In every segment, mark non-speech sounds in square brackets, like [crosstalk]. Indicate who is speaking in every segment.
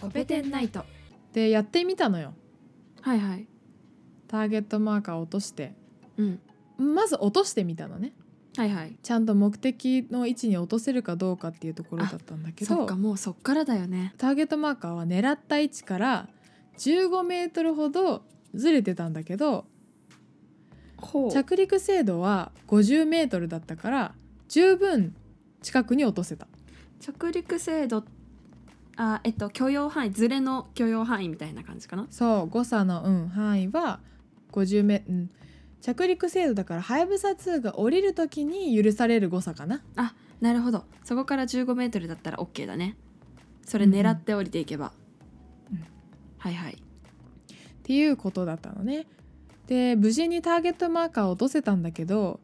Speaker 1: コペテンナイト
Speaker 2: でやってみたのよ
Speaker 1: はいはい
Speaker 2: ターゲットマーカーを落として
Speaker 1: うん
Speaker 2: まず落としてみたのね
Speaker 1: はいはい
Speaker 2: ちゃんと目的の位置に落とせるかどうかっていうところだったんだけ
Speaker 1: そっ
Speaker 2: ど
Speaker 1: かもうそっからだよね
Speaker 2: ターゲットマーカーは狙った位置から15メートルほどずれてたんだけど
Speaker 1: ほ
Speaker 2: 着陸精度は50メートルだったから十分近くに落とせた
Speaker 1: 着陸精度あえっと許容範囲ずれの許容範囲みたいな感じかな
Speaker 2: そう誤差の、うん、範囲は50メうん着陸精度だからハヤブサ2が降りるときに許される誤差かな
Speaker 1: なるほどそこから1 5ルだったら OK だねそれ狙って降りていけば、
Speaker 2: うん
Speaker 1: はいはい
Speaker 2: っていうことだったのねで無事にターゲットマーカーを落とせたんだけど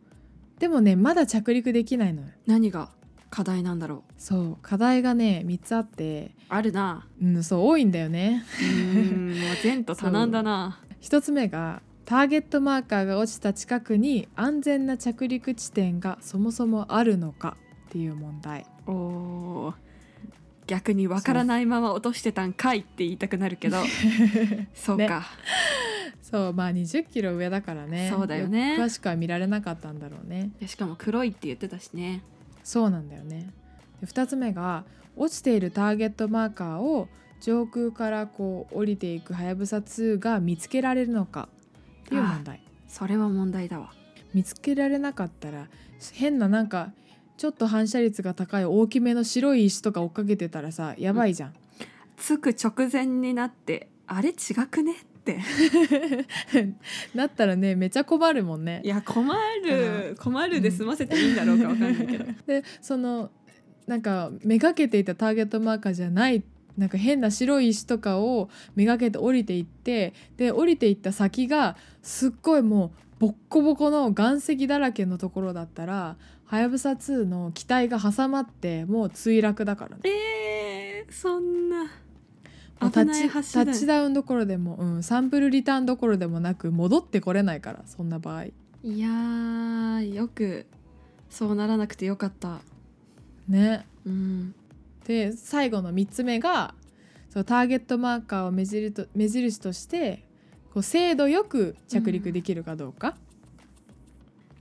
Speaker 2: でもねまだ着陸できないのよ
Speaker 1: 何が課題なんだろう
Speaker 2: そう課題がね3つあって
Speaker 1: あるな
Speaker 2: うんそう多いんだよね
Speaker 1: うーんもう前途多難だ [laughs] な
Speaker 2: 1つ目がターゲットマーカーが落ちた近くに安全な着陸地点がそもそもあるのかっていう問題
Speaker 1: おー逆にわからないまま落としてたんかいって言いたくなるけ [laughs] どそうか、
Speaker 2: そうまあ20キロ上だからね
Speaker 1: そうだよね
Speaker 2: 詳しくは見られなかったんだろうね
Speaker 1: でしかも黒いって言ってたしね
Speaker 2: そうなんだよねで2つ目が落ちているターゲットマーカーを上空からこう降りていくはやぶさ2が見つけられるのかっていう問題
Speaker 1: それは問題だわ
Speaker 2: 見つけられなかったら変ななんかちょっと反射率が高い大きめの白い石とか追っかけてたらさやばいじゃん、
Speaker 1: 着く直前になってあれ違くねって
Speaker 2: [laughs] なったらねめちゃ困るもんね
Speaker 1: [laughs] いや困
Speaker 2: る
Speaker 1: る困
Speaker 2: る
Speaker 1: る
Speaker 2: で
Speaker 1: で
Speaker 2: 済
Speaker 1: 済ませていいんだろうかわかんないけど
Speaker 2: [laughs] でそのなんかめがけていたターゲットマーカーじゃないなんか変な白い石とかをめがけて降りていってで降りていった先がすっごいもうボッコボコの岩石だらけのところだったらはやぶさ2の機体が挟まってもう墜落だからね
Speaker 1: [laughs] えー、そんな
Speaker 2: もう
Speaker 1: 危
Speaker 2: タ
Speaker 1: ない
Speaker 2: ッチタ
Speaker 1: 橋だ
Speaker 2: ッチダウンどころでも、うん、サンプルリターンどころでもなく戻ってこれないからそんな場合
Speaker 1: いやーよくそうならなくてよかった
Speaker 2: ね
Speaker 1: うん
Speaker 2: で最後の3つ目がそのターゲットマーカーを目印と目印としてこう精度よく着陸できるかどうか、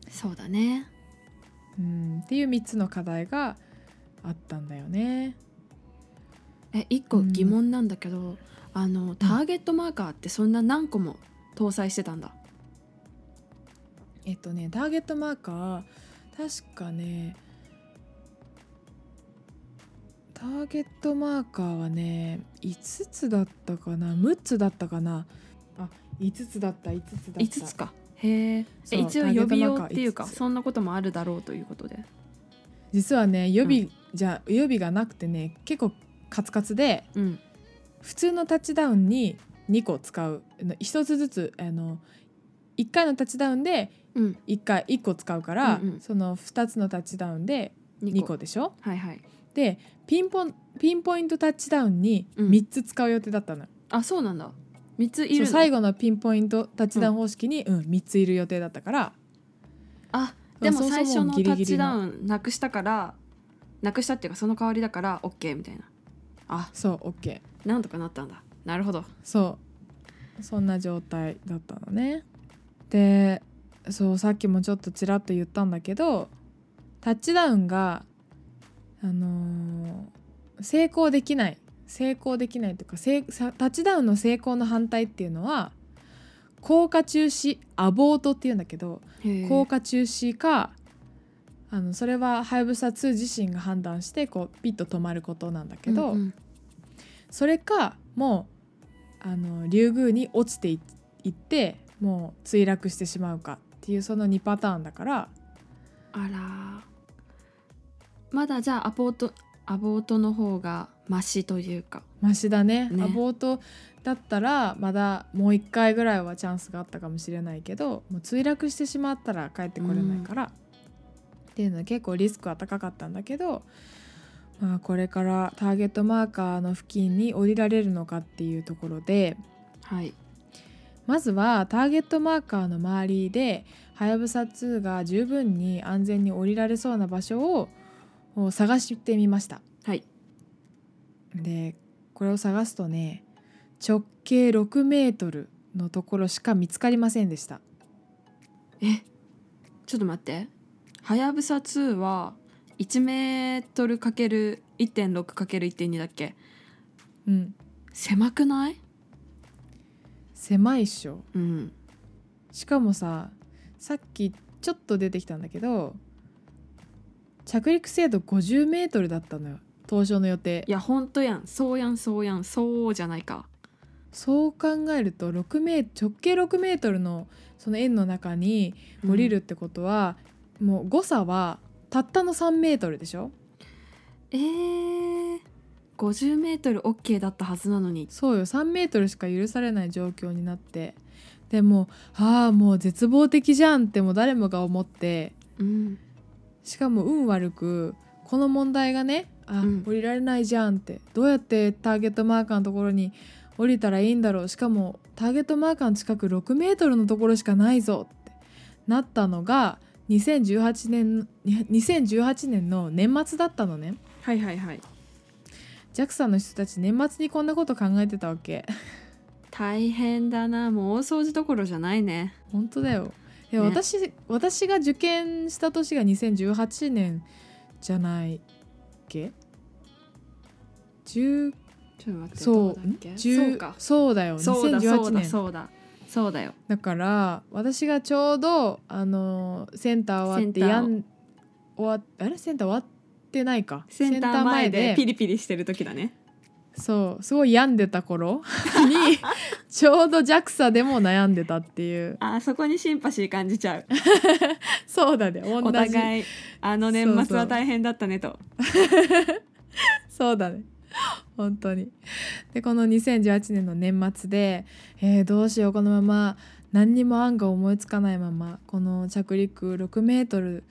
Speaker 1: そうだね
Speaker 2: うん、っていう3つの課題があったんだよね。
Speaker 1: え一個疑問なんだけど、あのターゲットマーカーってそんな何個も搭載してたんだ
Speaker 2: えっとねターゲットマーカー確かねターゲットマーカーはね5つだったかな6つだったかなあ5つだった5つだった
Speaker 1: 5つかへえ
Speaker 2: そう
Speaker 1: 一応予備用ってい
Speaker 2: ターゲットマーカー
Speaker 1: うか
Speaker 2: 五つ
Speaker 1: そんなこともあるだろうということで
Speaker 2: 実はね予備、じゃ予備がなくてね結構カツカツで
Speaker 1: うん
Speaker 2: 普通のタッチダウンに2個使うあの1つずつあの1回のタッチダウンで
Speaker 1: うん
Speaker 2: 1回1個使うから、
Speaker 1: うんうん
Speaker 2: その2つのタッチダウンで
Speaker 1: 2
Speaker 2: 2
Speaker 1: 個
Speaker 2: 個でしょ
Speaker 1: はいはい
Speaker 2: でピンポンピンポイントタッチダウンに
Speaker 1: うん
Speaker 2: 3つ使う予定だったの、
Speaker 1: あそうなんだ3つい
Speaker 2: そう
Speaker 1: るの
Speaker 2: 最後のピンポイントタッチダウン方式に、うん3ついる予定だったから
Speaker 1: あでも
Speaker 2: そうそう
Speaker 1: 最初のタ
Speaker 2: ギリギ
Speaker 1: ッ
Speaker 2: リ
Speaker 1: チダウンなくしたからなくしたっていうかその代わりだから OK みたいなあ
Speaker 2: そう OK
Speaker 1: なんとかなったんだなるほど
Speaker 2: そうそんな状態だったのねでそうさっきもちょっとちらっと言ったんだけどタッチダウンがあのー成功できない成功できないというかせいさタッチダウンの成功の反対っていうのは降下中止アボートっていうんだけど降
Speaker 1: こ
Speaker 2: 下中止かあのそれはハヤブサ2自身が判断してこうピッと止まることなんだけど、それかもうあの竜宮に落ちていいってもう墜落してしまうかっていうその2パターンだから
Speaker 1: あらーまだじゃあアボートアボートの方がマシというか
Speaker 2: マシだね
Speaker 1: ね
Speaker 2: アボートだったらまだもう1回ぐらいはチャンスがあったかもしれないけどもう墜落してしまったら帰ってこれないから、っていうのは結構リスクは高かったんだけど、まあ、これからターゲットマーカーの付近に降りられるのかっていうところで。
Speaker 1: はい
Speaker 2: まずはターゲットマーカーの周りではやぶさ2が十分に安全に降りられそうな場所をを探してみました。
Speaker 1: はい
Speaker 2: でこれを探すとね直径6メートルのところしか見つかりませんでした
Speaker 1: えちょっと待って「はやぶさ2」は1メートル ×1.6×1.2 だっけ
Speaker 2: うん
Speaker 1: 狭くない
Speaker 2: 狭いっしょ
Speaker 1: うん
Speaker 2: しかもささっきちょっと出てきたんだけど着陸精度50メートルだったのよ当初の予定
Speaker 1: いやほんとやんそうやんそうやんそうじゃないか
Speaker 2: そう考えると6メー直径6メートルのその円の中に
Speaker 1: うん
Speaker 2: 降りるってことは、もう誤差はたったの3メートルでしょ
Speaker 1: えー、50メートル OK だったはずなのに
Speaker 2: そうよ3メートルしか許されない状況になってでもうああもう絶望的じゃんってもう誰もが思って
Speaker 1: うん
Speaker 2: しかも運悪くこの問題がねあ、
Speaker 1: うん
Speaker 2: 降りられないじゃんってどうやってターゲットマーカーのところに降りたらいいんだろうしかもターゲットマーカーの近く6メートルのところしかないぞってなったのが2018年2018年の年末だったのね
Speaker 1: はいはいはい
Speaker 2: JAXA の人たち年末にこんなこと考えてたわけ
Speaker 1: 大変だなもう大掃除どころじゃないね
Speaker 2: 本当だよいや、
Speaker 1: ね
Speaker 2: 私私が受験した年が2018年じゃないっけ19
Speaker 1: ちょっと待って
Speaker 2: そ
Speaker 1: ど
Speaker 2: う
Speaker 1: だっけ
Speaker 2: 10
Speaker 1: そうか
Speaker 2: そうだよ
Speaker 1: そうだそう
Speaker 2: 2018
Speaker 1: だ
Speaker 2: 年
Speaker 1: そうだそうだよ
Speaker 2: だから私がちょうどあのーセンター終わって
Speaker 1: センター
Speaker 2: や
Speaker 1: を
Speaker 2: ん終わあれセンター終わってないか
Speaker 1: センター前
Speaker 2: センター
Speaker 1: でピリピリしてる時だね
Speaker 2: そうすごい病んでた頃
Speaker 1: [laughs]
Speaker 2: にちょうど JAXA でも悩んでたって
Speaker 1: [laughs]
Speaker 2: いう
Speaker 1: あーそこにシンパシー感じちゃう
Speaker 2: そうだね同じ
Speaker 1: お互いあの年末は大変だったねと
Speaker 2: そうだね本当にでこの2018年の年末で、えーどうしようこのまま何にも案が思いつかないままこの着陸6メートル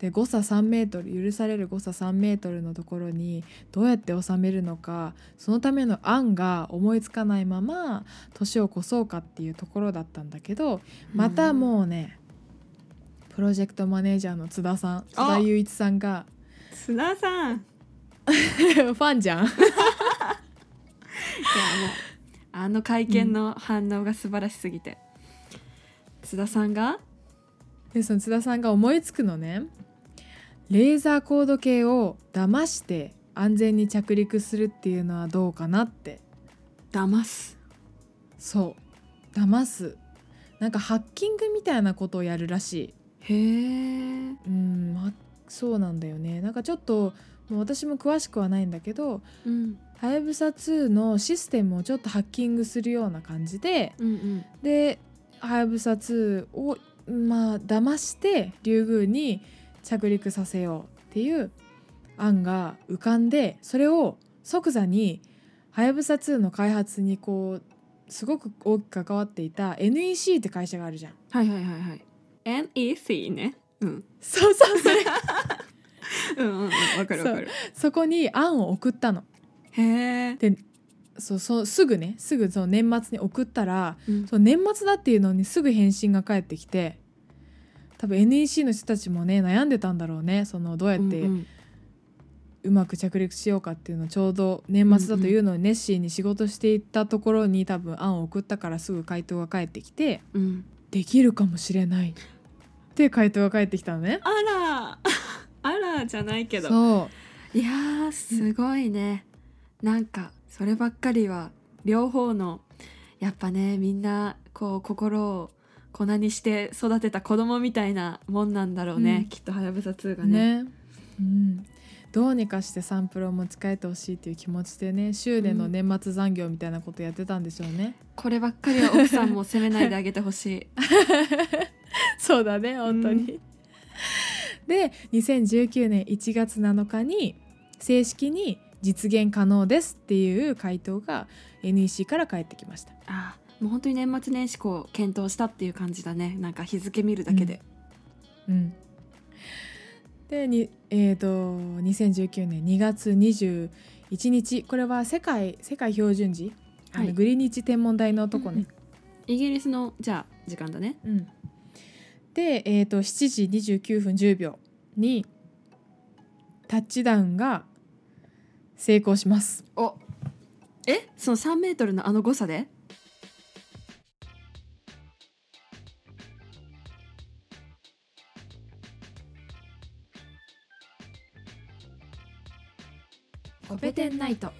Speaker 2: で誤差3メートル許される誤差3メートルのところにどうやって収めるのかそのための案が思いつかないまま年を越そうかっていうところだったんだけどまた
Speaker 1: うん
Speaker 2: もうね、プロジェクトマネージャーの津田さん津
Speaker 1: あ
Speaker 2: 田雄一さんが [laughs]
Speaker 1: 須田さんいやもう
Speaker 2: ファンじゃん
Speaker 1: あの会見の反応が素晴らしすぎて、津田さんが
Speaker 2: でその津田さんが思いつくのねレーザーコード系を騙して安全に着陸するっていうのはどうかなって
Speaker 1: 騙す
Speaker 2: そう騙すなんかハッキングみたいなことをやるらし
Speaker 1: へえ
Speaker 2: いうんまそうなんだよねなんかちょっともう私も詳しくはないんだけど
Speaker 1: うん
Speaker 2: はやぶさ2のシステムをちょっとハッキングするような感じで
Speaker 1: うんうん
Speaker 2: ではやぶさ2をまあ騙してリュウグウに着陸させようっていう案が浮かんでそれを即座にはやぶさ2の開発にこうすごく大きく関わっていた NEC って会社があるじゃん。
Speaker 1: はいはいはいはい NEC ねうん
Speaker 2: そうそうそれ
Speaker 1: うんうんうんわかるわかる
Speaker 2: そこに案を送ったの。
Speaker 1: へえ、
Speaker 2: そうそうすぐねすぐその年末に送ったら
Speaker 1: うん
Speaker 2: そう年末だっていうのにすぐ返信が返ってきて多分 NEC の人たちもね悩んでたんだろうねそのどうやって
Speaker 1: うんうん
Speaker 2: うまく着陸しようかっていうのをちょうど年末だというのを熱心に仕事していったところに多分案を送ったからすぐ回答が返ってきて
Speaker 1: うん
Speaker 2: 「できるかもしれない」って回答が返ってきたのね。
Speaker 1: あら [laughs] あらじゃないけど
Speaker 2: そう
Speaker 1: いやーすごいね、なんかそればっかりは両方のやっぱねみんなこう心を粉にして育てた子供みたいなもんなんだろうね、
Speaker 2: うん
Speaker 1: きっと「はやぶさ2」がね。
Speaker 2: ねうん、どうにかしてサンプルを持ち帰ってほしいっていう気持ちでね終電の年末残業みたいなことやってたんでしょうね。
Speaker 1: こればっかりは奥さんも責めないであげてほしい。
Speaker 2: [laughs] そうだね本当に。 [laughs] で2019年1月7日に正式に実現可能ですっていう回答が NEC から返ってきました。
Speaker 1: [laughs] あーもう本当に年末年始こう検討したっていう感じだねなんか日付見るだけで。
Speaker 2: うん、でに、えー、と2019年2月21日これは世界世界標準時、あの
Speaker 1: はい
Speaker 2: グリニッジ天文台のとこね。
Speaker 1: イギリスのじゃあ時間だね。
Speaker 2: うんで、えー、と7時29分10秒にタッチダウンが成功します。
Speaker 1: おえその3メートルのあの誤差でコペテンナイト